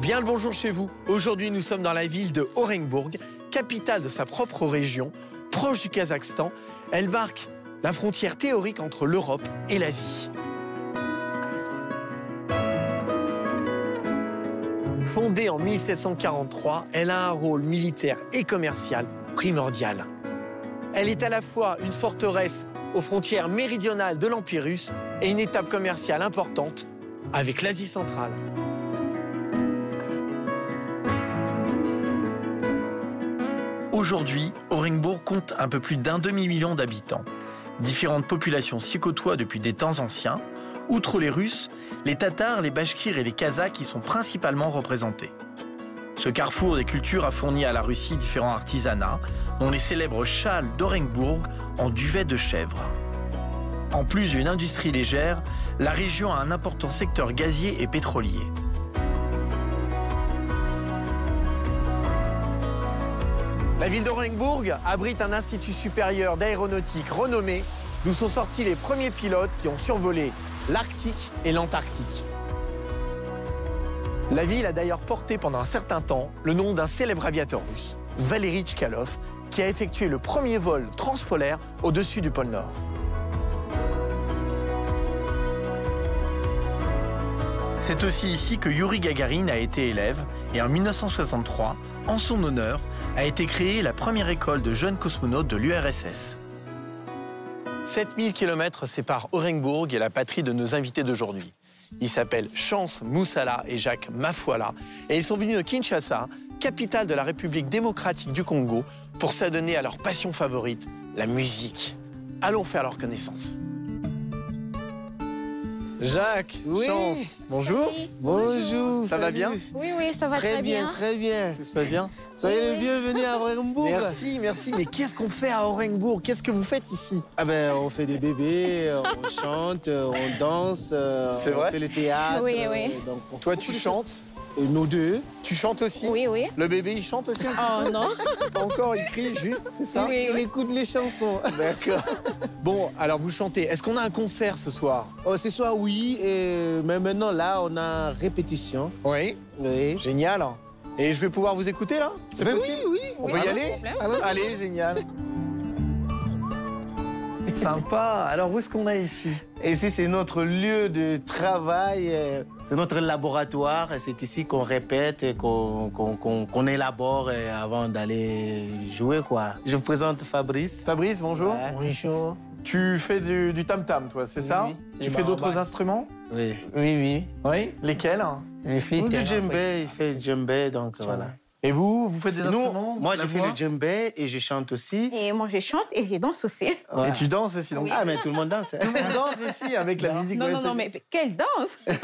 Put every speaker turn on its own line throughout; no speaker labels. Bien le bonjour chez vous. Aujourd'hui, nous sommes dans la ville de Orenbourg, capitale de sa propre région, proche du Kazakhstan. Elle marque la frontière théorique entre l'Europe et l'Asie. Fondée en 1743, elle a un rôle militaire et commercial primordial. Elle est à la fois une forteresse aux frontières méridionales de l'Empire russe et une étape commerciale importante avec l'Asie centrale.
Aujourd'hui, Orenbourg compte un peu plus d'un demi-million d'habitants. Différentes populations s'y côtoient depuis des temps anciens. Outre les Russes, les Tatars, les Bashkirs et les Kazakhs y sont principalement représentés. Ce carrefour des cultures a fourni à la Russie différents artisanats, dont les célèbres châles d'Orenbourg en duvet de chèvre. En plus d'une industrie légère, la région a un important secteur gazier et pétrolier.
La ville d'Orenbourg abrite un institut supérieur d'aéronautique renommé, d'où sont sortis les premiers pilotes qui ont survolé l'Arctique et l'Antarctique. La ville a d'ailleurs porté pendant un certain temps le nom d'un célèbre aviateur russe, Valéry Tchkalov, qui a effectué le premier vol transpolaire au-dessus du pôle Nord.
C'est aussi ici que Yuri Gagarin a été élève et en 1963, en son honneur, a été créée la première école de jeunes cosmonautes de l'URSS.
7000 km séparent Orenbourg et la patrie de nos invités d'aujourd'hui. Ils s'appellent Chance Moussala et Jacques Mafouala et ils sont venus de Kinshasa, capitale de la République démocratique du Congo, pour s'adonner à leur passion favorite, la musique. Allons faire leur connaissance. Jacques,
Oui.
Chance, bonjour.
Salut.
Bonjour.
Ça va
salut.
bien
Oui, oui, ça va
Très,
très,
bien, très bien.
Tout se passe bien
Soyez
Oui,
le
oui.
bienvenu à Orenbourg.
Merci, merci. Mais qu'est-ce qu'on fait à Orenbourg Qu'est-ce que vous faites ici
Ah ben, on fait des bébés, euh, on chante, on danse, euh,
C'est
on
vrai
fait le théâtre.
Oui, oui.
euh, donc on fait
Toi,
beaucoup
tu
de
chantes
choses. Et nous deux.
Tu chantes aussi
Oui, oui.
Le bébé, il chante aussi
Oh non.
Pas encore, il crie juste, c'est ça
il, il écoute les chansons.
D'accord. Bon, alors vous chantez. Est-ce qu'on a un concert ce soir
Oh, ce soir, oui. et- mais maintenant, là, on a répétition.
Oui.
Oui.
Génial. Et je vais pouvoir vous écouter là C'est
Ben oui,
possible
oui.
On peut y
Allons-y.
aller
Allons-y.
Allez, génial. Sympa. Alors où est-ce qu'on est ici
Et ici, c'est notre lieu de travail, euh, c'est notre laboratoire. et C'est ici qu'on répète, et qu'on qu'on- qu'on- qu'on élabore euh, avant d'aller jouer. quoi. Je vous présente Fabrice.
Fabrice, bonjour.
Ouais.
Bonjour.
Tu fais du, du tam-tam, toi, c'est ça
Oui, c'est
Tu
le
fais d'autres
barabara.
instruments
Oui.
Oui, oui.
Eh ben, bah, Oui. Lesquels
Les flics.
Nous,
hein,
du
c'est-
djembé, il fait djembé, donc voilà.
Et vous, vous faites des instruments
Nous, moi,
la
je fais
voix
le djembé et je chante aussi.
Et moi, je chante et je danse aussi.
Voilà.
Et tu danses aussi, donc.
Oui.
Ah, mais tout le monde danse. hein.
On danse ici avec la musique.
Non,
ouais,
non,
c'est-
non, mais quelle danse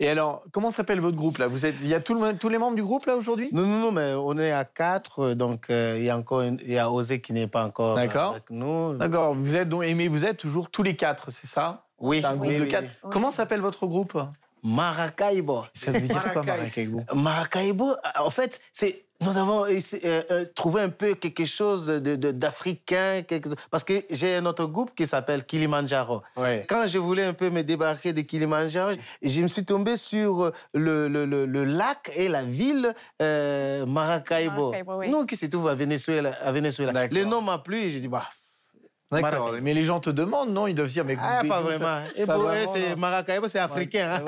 Et alors, comment s'appelle votre groupe là Vous êtes, il y a tout le- tous les membres du groupe là aujourd'hui
Non, non, non, mais on est à quatre, donc euh, il y a encore, une- il y a Osé qui n'est pas encore
D'accord.
avec nous.
D'accord. Vous êtes donc, et mais vous êtes toujours tous les quatre, c'est ça
Oui,
C'est un groupe
oui,
de
oui,
quatre.
oui.
oui.
Comment s'appelle votre groupe
Maracaibo.
Ça veut dire quoi Maracaibo
Maracaibo, euh, en fait, c'est nous avons essayé, euh, euh, trouvé un peu quelque chose de- de- d'africain, quelque chose- parce que j'ai un autre groupe qui s'appelle Kilimanjaro.
Ouais.
Quand je voulais un peu me débarquer de Kilimanjaro, je me suis tombé sur euh, le, le- le- le lac et la ville euh, Maracaibo.
Maracaibo, oui.
Nous qui se trouve à Venezuela. À Venezuela.
D'accord.
Le nom m'a plu et j'ai dit, bah,
D'accord.
Maracaibo.
Mais les gens te demandent, non Ils doivent dire, mais
ah,
mais
pas
d'où ça-
vraiment. Et
pas
pour eux,
vraiment,
c'est
non.
Maracaibo, c'est africain. hein.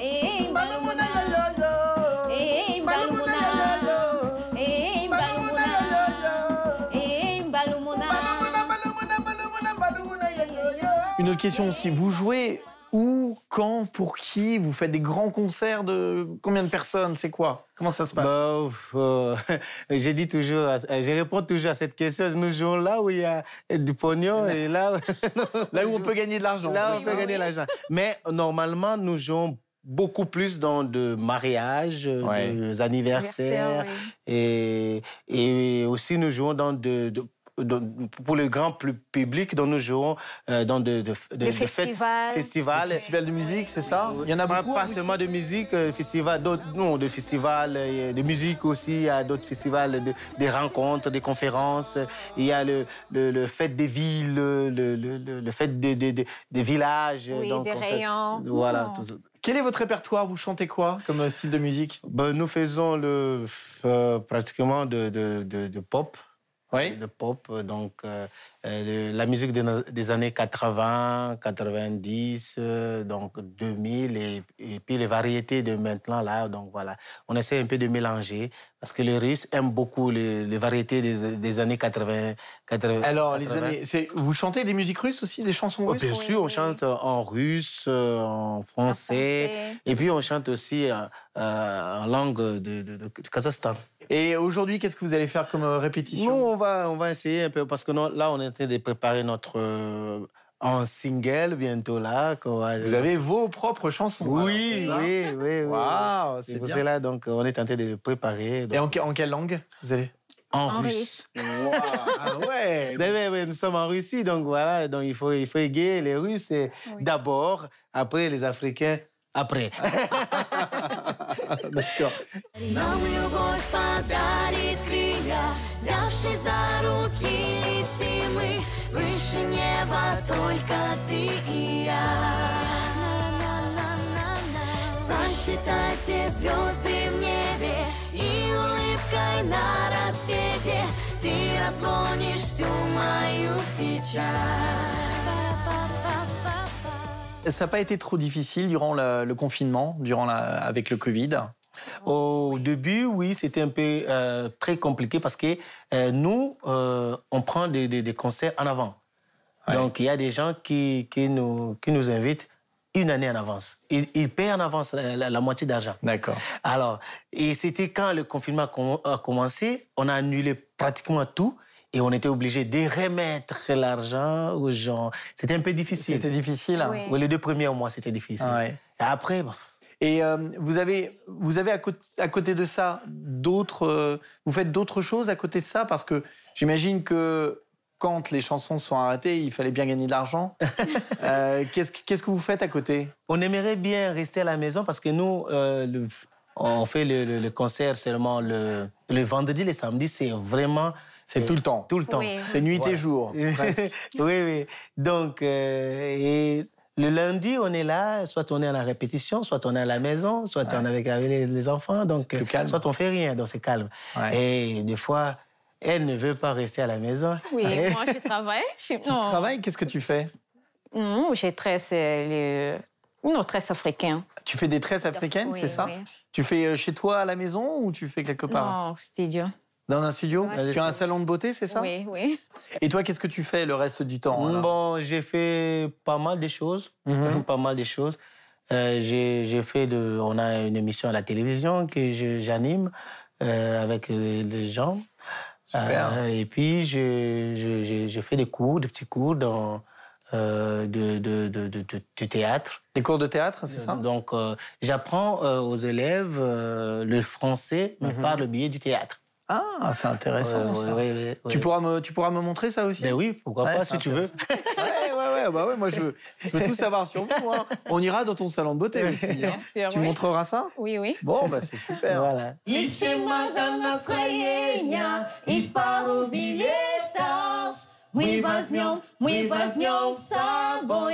Eh, Balmuna, eh, Balmuna, eh, Balmuna, eh, Balmuna.
Une autre question aussi. Vous jouez où, quand, pour qui Vous faites des grands concerts de combien de personnes C'est quoi Comment ça se passe
Bah, ouf, euh, je dis toujours, à- euh, je réponds toujours à cette question. Nous jouons là où il y a du pognon et là,
Là où on peut gagner de l'argent.
là où on
c'est
peut
ça
gagner l'argent. Mais normalement, nous jouons beaucoup plus dans de mariages,
Ouais.
des anniversaires
Anniversaires,
et, et aussi nous jouons dans de, de- de- pour le grand plu- public dont nous jouons euh, dans de, de, de-
Des
de fêtes-
festivals.
festivals.
Festival de musique, c'est ça Il y en a
Pas,
beaucoup. hein
pas
à vous
seulement de musique, euh, festival, d'autres, non, de festivals, euh, de musique aussi, il y a d'autres festivals, de- des rencontres, des conférences, il y a le, le, le fête des villes, le, le, le- le fête des, des, des- des villages.
Oui, des
on se-
rayons.
Voilà,
Oh.
tout ça.
Quel est votre répertoire Vous chantez quoi comme euh, style de musique
Ben, nous faisons le, euh, pratiquement de, de, de, de pop.
Oui.
de pop, euh, donc euh, euh, le- la musique des, no- des années 80, 90, euh, donc 2000, et, et puis les variétés de maintenant, là, donc voilà. On essaie un peu de mélanger, parce que les Russes aiment beaucoup les, les variétés des, des années 80. 80
Alors, les
80.
années, c'est- vous chantez des musiques russes aussi, des chansons
Oh,
russes
bien
oui,
sûr, on
oui.
chante euh, en russe, euh, en français, et puis on chante aussi euh, euh, en langue de- de- de- du Kazakhstan.
Et aujourd'hui, qu'est-ce que vous allez faire comme euh,
Nous,
répétition
on va, on va essayer un peu parce que non, là, on est en train de préparer notre euh, en single bientôt là. qu'on va-
Vous avez vos propres chansons.
Oui,
alors, c'est
oui, oui, oui.
ça Waouh,
C'est
c'est
pour
bien.
cela, donc, on est en train de le préparer donc,
Et en, que- en quelle langue vous allez
en,
en
russe.
Ah ouais
Ben oui, oui, nous sommes en Russie, donc voilà, donc il faut, il faut égayer les Russes et
Oui.
d'abord, après les Africains, après.
D'accord.
Нам любовь подарит крылья, взявши за руки летим мы выше неба только ты и я. На-на-на-на-на. Сосчитай все звезды в небе и улыбкой на рассвете ты разгонишь всю мою печаль. Па-па-па-па-па.
Ça n'a pas été trop difficile durant la- le confinement, durant la- avec le Covid.
Au début, oui, c'était un peu euh, très compliqué parce que euh, nous, euh, on prend des, des- des concerts en avant. Donc, il y a des gens qui, qui, nous, qui nous invitent une année en avance. Ils, ils paient en avance la, la- la moitié d'argent.
D'accord.
Alors, et c'était quand le confinement a com- a commencé, on a annulé pratiquement tout et on était obligé de remettre l'argent aux gens. C'était un peu difficile.
C'était difficile. hein
Oui.
Oui, les deux premiers mois, c'était difficile.
Ah ouais.
Et après, bah,
Et euh, vous avez, vous avez à, côté, à côté de ça d'autres, euh, vous faites d'autres choses à côté de ça parce que j'imagine que quand les chansons sont arrêtées, il fallait bien gagner de l'argent. Euh, qu'est-ce, que- qu'est-ce que vous faites à côté
On aimerait bien rester à la maison parce que nous, euh, le- on fait le, le- le concert seulement le, le vendredi, le samedi, c'est vraiment
C'est
Euh,
tout le temps.
tout le temps.
Oui.
C'est nuit
Voilà.
et jour.
oui,
presque.
oui. Donc, euh, et le lundi, on est là, soit on est à la répétition, soit on est à la maison, soit on est avec, avec les, les enfants, donc
plus
euh,
calme.
soit on fait rien, donc c'est calme.
Ouais.
Et des fois, elle ne veut pas rester à la maison.
Oui,
Et-
moi je travaille. Je... suis-
Tu
Non.
travailles Qu'est-ce que tu fais
Non, je tresse euh, les... Non, tresse africain.
Tu fais des tresses africaines,
Oui,
c'est ça
oui.
Tu fais euh, chez toi à la maison ou tu fais quelque part
Non, studio.
Dans un studio
Ouais.
Tu as un salon de beauté, c'est ça
Oui, oui.
Et toi, qu'est-ce que tu fais le reste du temps alors
Bon, j'ai fait pas mal de choses.
Mhm.
pas mal de choses. Euh, j'ai j'ai fait de, on a une émission à la télévision que je- j'anime euh, avec les, les gens.
Super.
Euh, et puis je, je, je- je fais des cours, des petits cours dans euh, de, de, de- de- de- du théâtre.
Des cours de théâtre, c'est ça
Donc euh, j'apprends euh, aux élèves euh, le français mais par le biais du théâtre.
Ah, c'est intéressant.
Ouais,
Mhm. ça.
ouais, ouais, ouais,
Tu
ouais.
pourras me, tu pourras me montrer ça aussi.
Ben oui, pourquoi
Ouais,
pas
c'est
si tu veux.
Ouais, ouais, ouais, bah ouais, moi je veux, je veux tout savoir sur vous. hein. On ira dans ton salon de beauté aussi. hein.
Bien sûr.
Tu
oui.
montreras ça
Oui, oui.
Bon, bah c'est super.
Voilà.
Liczymy do nastrojenia i paru biletów. My weźmią, my weźmią z sobą.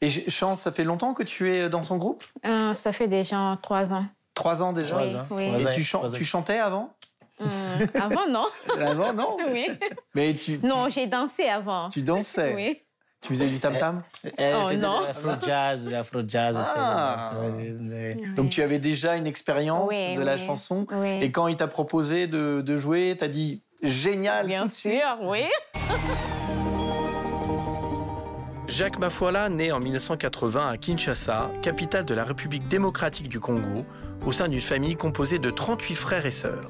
Et J- Chance, ça fait longtemps que tu es dans son groupe
Euh, ça fait déjà trois ans.
Trois ans déjà.
Oui, oui.
Et
Trois ans,
tu, chan-
trois hein. ans.
tu chantais avant
Euh, avant, non.
Avant, non
Oui.
Mais tu,
Non, j'ai dansé avant.
tu dansais.
Oui.
Tu faisais du tam-tam.
Elle
Oh,
faisait de
non.
l'afro-jazz, de l'afro-jazz. elle
Ah.
faisait de la-
Donc tu avais déjà une expérience
Oui,
de la
oui.
chanson.
Oui.
Et quand il t'a proposé de, de jouer, t'as dit génial.
Bien
tout de suite.
sûr, oui.
Jacques Mafuala naît en 1980 à Kinshasa, capitale de la République démocratique du Congo, au sein d'une famille composée de 38 frères et sœurs.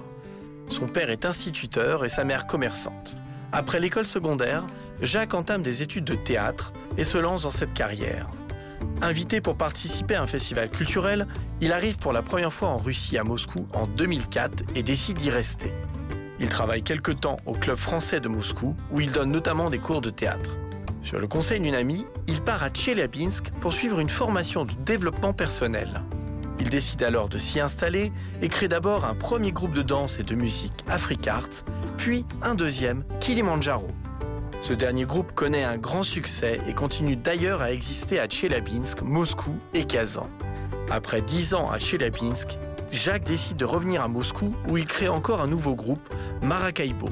Son père est instituteur et sa mère commerçante. Après l'école secondaire, Jacques entame des études de théâtre et se lance dans cette carrière. Invité pour participer à un festival culturel, il arrive pour la première fois en Russie à Moscou en 2004 et décide d'y rester.
Il travaille quelque temps au club français de Moscou, où il donne notamment des cours de théâtre. Sur le conseil d'une amie, il part à Tcheliabinsk pour suivre une formation de développement personnel. Il décide alors de s'y installer et crée d'abord un premier groupe de danse et de musique Africart, puis un deuxième, Kilimanjaro. Ce dernier groupe connaît un grand succès et continue d'ailleurs à exister à Tcheliabinsk, Moscou et Kazan. Après 10 ans à Tcheliabinsk, Jacques décide de revenir à Moscou où il crée encore un nouveau groupe, Maracaibo.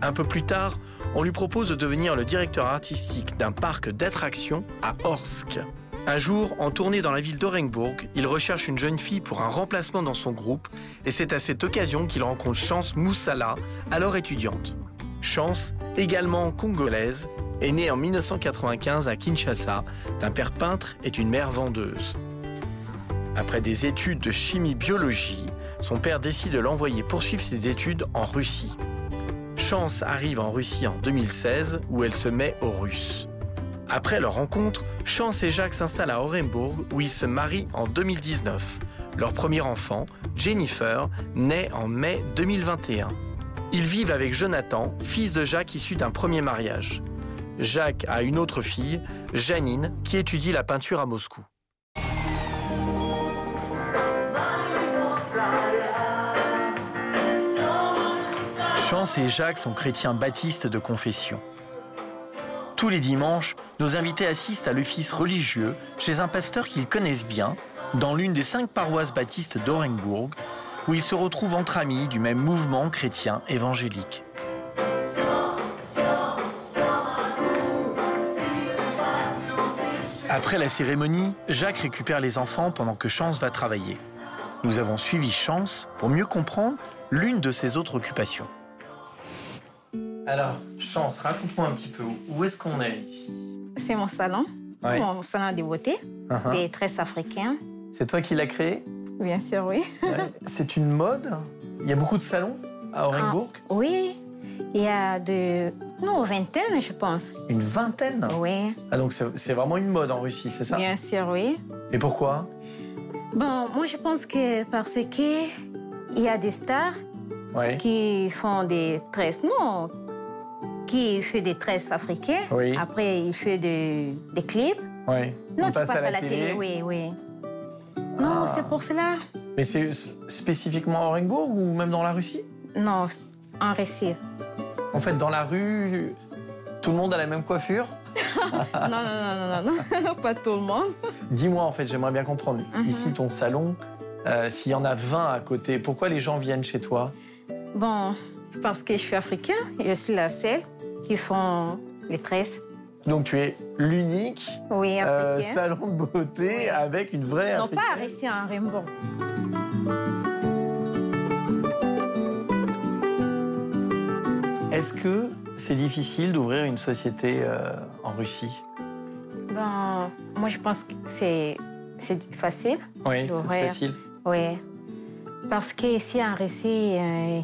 Un peu plus tard, on lui propose de devenir le directeur artistique d'un parc d'attractions à Orsk. Un jour, en tournée dans la ville d'Orenbourg, il recherche une jeune fille pour un remplacement dans son groupe et c'est à cette occasion qu'il rencontre Chance Moussala, alors étudiante. Chance, également congolaise, est née en 1995 à Kinshasa d'un père peintre et d'une mère vendeuse. Après des études de chimie-biologie, son père décide de l'envoyer poursuivre ses études en Russie. Chance arrive en Russie en 2016 où elle se met aux Russes. Après leur rencontre, Chance et Jacques s'installent à Orenbourg où ils se marient en 2019. Leur premier enfant, Jennifer, naît en mai 2021. Ils vivent avec Jonathan, fils de Jacques issu d'un premier mariage. Jacques a une autre fille, Janine, qui étudie la peinture à Moscou. Chance et Jacques sont chrétiens baptistes de confession. Tous les dimanches, nos invités assistent à l'office religieux chez un pasteur qu'ils connaissent bien, dans l'une des cinq paroisses baptistes d'Orenbourg, où ils se retrouvent entre amis du même mouvement chrétien évangélique. Après la cérémonie, Jacques récupère les enfants pendant que Chance va travailler. Nous avons suivi Chance pour mieux comprendre l'une de ses autres occupations. Alors, Chance, raconte-moi un petit peu où est-ce qu'on est ici.
C'est mon salon,
Ouais. Hein?
mon salon de beauté, des tresses africains.
Uh-huh. C'est toi qui l'as créé
Bien sûr, oui.
C'est une mode Il y a beaucoup de salons à Orenbourg
Oui, il y a de... Non, vingtaine, je pense.
Une vingtaine
Oui,
Ah donc c'est c'est vraiment une mode en Russie, c'est ça
bien sûr, oui.
Et pourquoi
Bon, moi, je pense que parce que il y a des stars
Ouais.
qui font des tresses, non, qui fait des tresses africaines.
Oui.
Après, il fait des- des clips.
Ouais.
Non,
On
qui
passe à la, télé.
oui, oui. Ah. Non, c'est pour cela.
Mais c'est s- spécifiquement à Orenbourg ou même dans la Russie
Non, en récit.
En fait, dans la rue, tout le monde a la même coiffure
non, non, non, non, non, non, pas tout le monde.
Dis-moi, en fait, j'aimerais bien comprendre.
Mhm.
Ici, ton salon, euh, s'il y en a 20 à côté, pourquoi les gens viennent chez toi
Bon, parce que je suis africain, je suis la seule qui font les tresses.
Donc, tu es l'unique
Oui,
euh,
africaine.
salon de beauté
Oui.
avec une vraie
non,
Africaine.
pas récit en rainbow.
Est-ce que c'est difficile d'ouvrir une société euh, en Russie
Bon, moi, je pense que c'est c'est facile.
Oui, c'est
D'ouvrir.
facile.
Oui. Parce que ici, en récit, euh,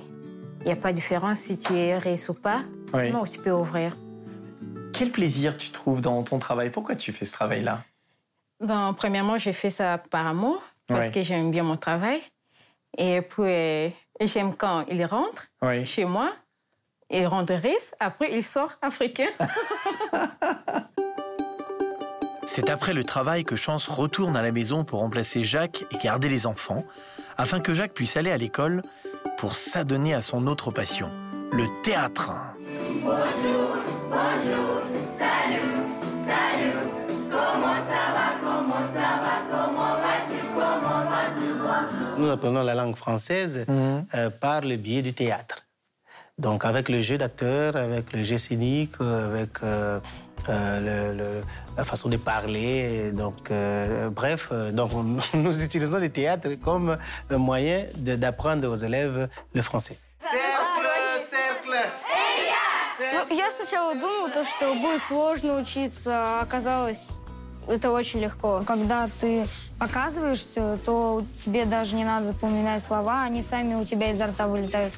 il n'y a pas de différence si tu es récit ou pas.
Oui.
Moi, tu peux ouvrir.
Quel plaisir tu trouves dans ton travail Pourquoi tu fais ce travail-là
Bon, Ben, premièrement, j'ai fait ça par amour, parce
Ouais.
que j'aime bien mon travail. Et puis, euh, j'aime quand il rentre
Oui.
chez moi, il rentre riche, après il sort africain.
Ah,
C'est après le travail que Chance retourne à la maison pour remplacer Jacques et garder les enfants, afin que Jacques puisse aller à l'école pour s'adonner à son autre passion, le théâtre.
Nous apprenons la langue française euh, par le biais du théâtre. Donc avec le jeu d'acteur, avec le jeu scénique, euh, avec euh, euh, le- le- la façon de parler. Donc euh, bref, euh, donc nous utilisons le théâtre comme euh, moyen de- d'apprendre aux élèves le français.
Ну, я сначала думала, то, что будет сложно учиться, а оказалось, это очень легко. Когда ты показываешь все, то тебе даже не надо запоминать слова, они сами у тебя изо рта вылетают.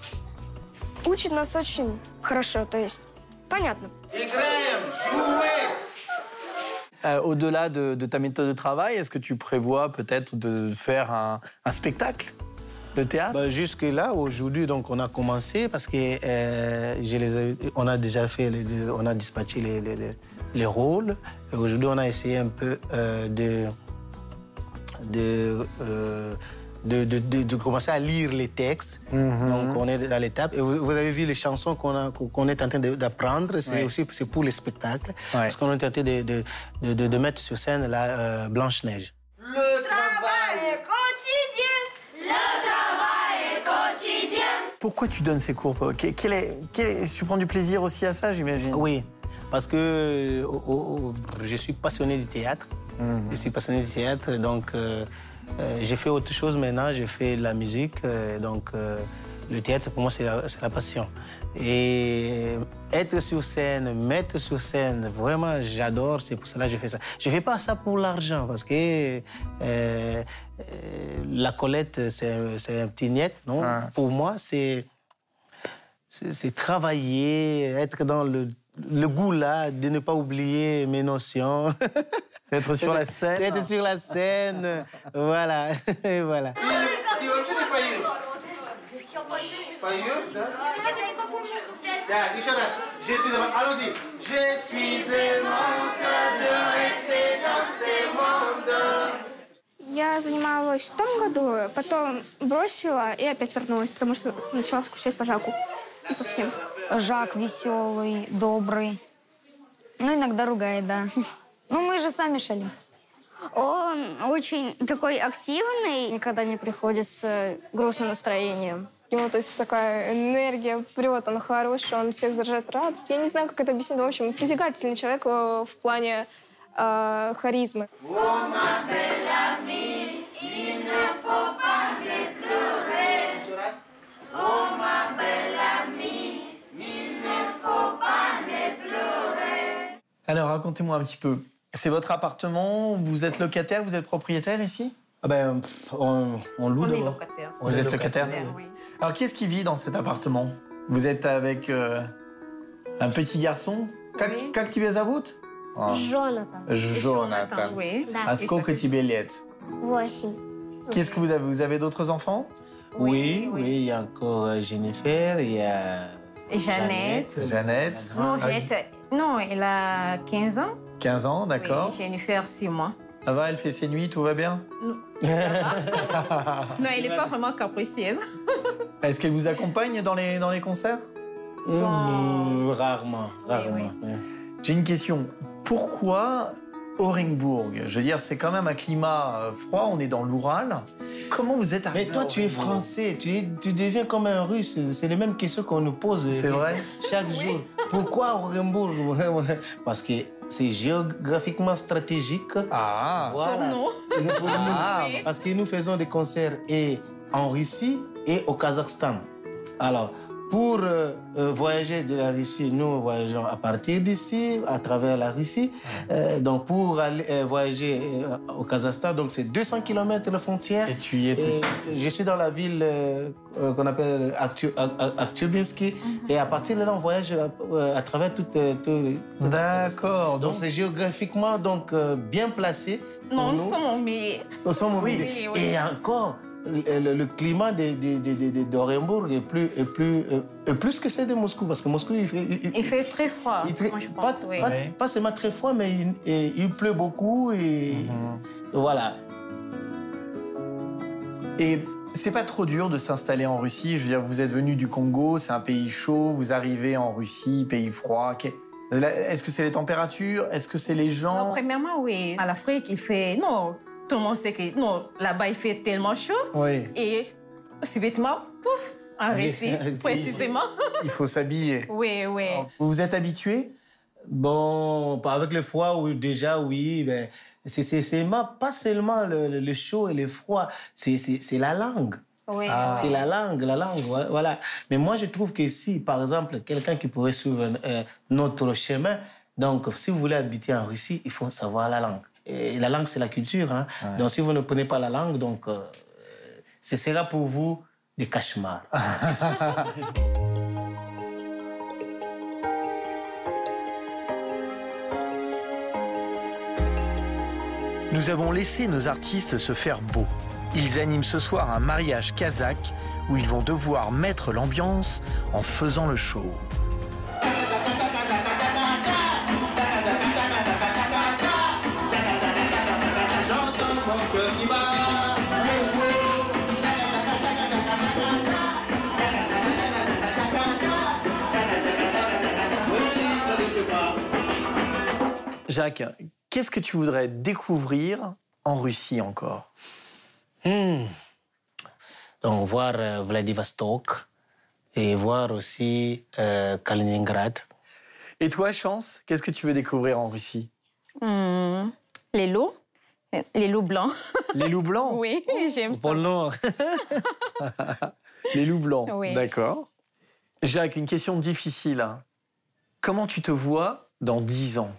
Учит нас очень хорошо, то есть понятно.
Euh, Au-delà de, de ta méthode de travail, est-ce que tu prévois peut-être de faire un, un spectacle
de théâtre
Bah, Jusque-là, aujourd'hui, donc, on a commencé parce que euh, je les ai- on a déjà fait, les deux- on a dispatché les, les- les- les rôles. Et Aujourd'hui, on a essayé un peu euh, de, de, euh, de, de- de- de commencer à lire les textes. Donc, on est à l'étape. Et vous, vous avez vu les chansons qu'on a- qu'on est en train de- d'apprendre. C'est aussi c'est pour les spectacles.
Ouais.
Parce qu'on est en train de, de- de- de- de mettre sur scène la euh, Blanche-Neige.
Pourquoi tu donnes ces cours
Euh,
Paul Que- quel est- quel est- Tu prends du plaisir aussi à ça, j'imagine
Oui, parce que euh, au- au- je suis passionné du théâtre. Je suis passionné du théâtre, donc euh, euh, j'ai fait autre chose maintenant, j'ai fait de la musique, euh, donc euh, le théâtre pour moi c'est la, c'est la passion. Et être sur scène, mettre sur scène, vraiment j'adore, c'est pour cela que je fais ça. Je ne fais pas ça pour l'argent parce que euh, euh, la Colette c'est un- c'est un petit niet, non Pour moi c'est c'est c'est travailler, être dans le, le goût là, de ne pas oublier mes notions.
C'est être sur la
C'est
scène.
être sur la scène. voilà, voilà.
Я занималась в том году, потом бросила и опять вернулась, потому что начала скучать по Жаку и по всем.
Жак веселый, добрый. Ну, иногда ругает, да. Ну, мы же сами шалим.
Он очень такой активный. Никогда не приходится грустным настроением.
У него, то есть, такая энергия прет, он хороший, он всех заражает радость. Я не знаю, как это объяснить, но, в общем, притягательный человек э, в плане э, харизмы.
Alors racontez-moi un petit peu. C'est votre appartement, vous êtes locataire, vous êtes propriétaire ici
Ah ben, pff, on, on loue
On est
d'abord.
locataire.
On
Vous
est
êtes locataire
Euh,
oui.
Alors qui est-ce qui vit dans cet appartement Vous êtes avec euh, un petit garçon Как,
Oui.
как тебя зовут? А,
Жонатан.
Jonathan.
Oui.
А сколько тебе лет?
Восемь.
Qu'est-ce que vous avez Vous avez d'autres enfants
Oui, oui, il y a encore euh, Jennifer, il y a.
Et Jeannette.
Jeannette,
Ah,
Non, Jeannette, non, elle a 15 ans.
15 ans, d'accord.
Oui, Jennifer, 6 mois.
Ça va, elle fait ses nuits, tout va bien
Non, elle n'est pas vraiment capricieuse.
Est-ce qu'elle vous accompagne dans les, dans les concerts
Mm, rarement, rarement. Mm.
J'ai une question. Pourquoi Orenbourg Je veux dire, c'est quand même un climat euh, froid, on est dans l'Oural. Comment vous êtes
Mais
arrivé
toi,
à
tu es
Orenbourg
français, tu, es- tu deviens comme un russe. C'est les mêmes questions qu'on nous pose euh,
C'est vrai
chaque jour. Pourquoi Orenbourg Parce que c'est géographiquement stratégique.
Ah
Voilà. Et pour nous.
Ah,
Parce que nous faisons des concerts et en Russie et au Kazakhstan. Alors, pour euh, euh, voyager de la Russie, nous voyageons à partir d'ici, à travers la Russie. Euh, donc, pour aller euh, voyager euh, au Kazakhstan, donc c'est 200 km la frontière.
Et tu y es tout de
Et
suite.
je suis dans la ville euh, euh, qu'on appelle Aktu- A- A- Aktubinsky.
Mhm.
Et à partir de là, on voyage euh, euh, à travers toute. euh, tout- tout-
D'accord,
donc
donc
c'est géographiquement donc euh, bien placé. pour
Non,
nous.
nous sommes humiliés.
Nous sommes au milieu.
Oui, oui.
Et encore, le, le- le climat de, de, de, de- de- d'Orenbourg est plus, est, plus, euh, est plus que celle de Moscou. Parce que Moscou, il fait. il- il-
Il fait très froid,
il très-
moi, je
pas,
pense, oui.
pas-
Oui.
pas seulement très froid, mais il, et il pleut beaucoup. Et voilà.
Et c'est pas trop dur de s'installer en Russie. Je veux dire, vous êtes venu du Congo, c'est un pays chaud, vous arrivez en Russie, pays froid. Qu'est- Là, Est-ce que c'est les températures Est-ce que c'est les
Non,
gens
premièrement, oui. À l'Afrique, il fait. Non, tout le monde sait que. Non, là-bas, il fait tellement chaud.
Oui,
Et subitement, pouf, en
Oui.
Russie, précisément.
il faut s'habiller.
Oui, oui.
Vous vous êtes habitué
Bon, pas avec le froid, oui, déjà, oui. ben, c'est, c'est, c'est ma- pas seulement le, le- le chaud et le froid, c'est, c'est, c'est la langue.
Ой.
C'est
Ah.
la langue, la langue, voi- voilà. Mais moi, je trouve que si, par exemple, quelqu'un qui pourrait suivre euh, notre chemin, donc si vous voulez habiter en Russie, il faut savoir la langue. Et la langue, c'est la culture. hein. Donc si vous ne prenez pas la langue, donc euh, ce sera pour vous des cauchemars.
Ah. Nous avons laissé nos artistes se faire beaux, Ils animent ce soir un mariage kazakh où ils vont devoir mettre l'ambiance en faisant le show. Jacques, qu'est-ce que tu voudrais découvrir en Russie encore
Hmm. Donc, voir euh, Vladivostok et voir aussi euh, Kaliningrad.
Et toi, Chance, qu'est-ce que tu veux découvrir en Russie
Hmm, les loups, les loups blancs.
Les loups blancs
Oui, j'aime ça.
Bon nom. Les loups blancs,
Oui.
d'accord. Jacques, une question difficile. hein. Comment tu te vois dans 10 ans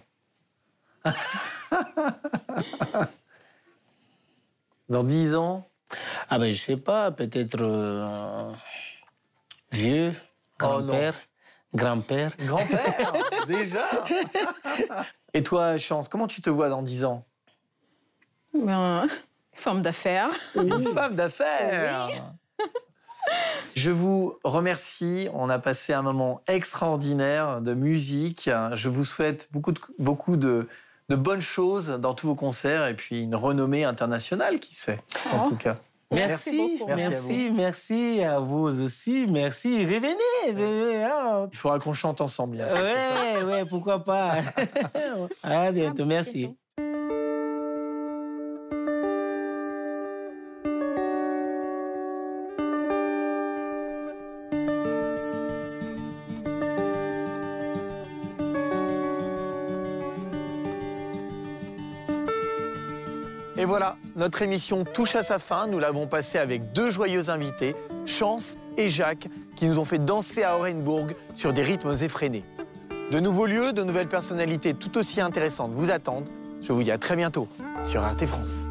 Dans 10 ans
Ah ben, je sais pas, peut-être euh, vieux,
Oh non.
grand-père, grand-père.
Grand-père Déjà Et toi, Chance, comment tu te vois dans 10 ans
Ben, forme d'affaires.
Une femme d'affaires Je vous remercie. On a passé un moment extraordinaire de musique. Je vous souhaite beaucoup de, beaucoup de, de bonnes choses dans tous vos concerts et puis une renommée internationale, qui sait, en
Oh.
tout cas.
Merci,
beaucoup.
Merci à
merci, merci à vous aussi, merci. Revenez, revenez. hein.
Il faudra qu'on chante ensemble.
Euh,
bien.
Ouais, ouais, pourquoi pas. à bientôt, merci.
Et voilà, notre émission touche à sa fin. Nous l'avons passée avec deux joyeux invités, Chance et Jacques, qui nous ont fait danser à Orenbourg sur des rythmes effrénés. De nouveaux lieux, de nouvelles personnalités tout aussi intéressantes vous attendent. Je vous dis à très bientôt sur Arte France.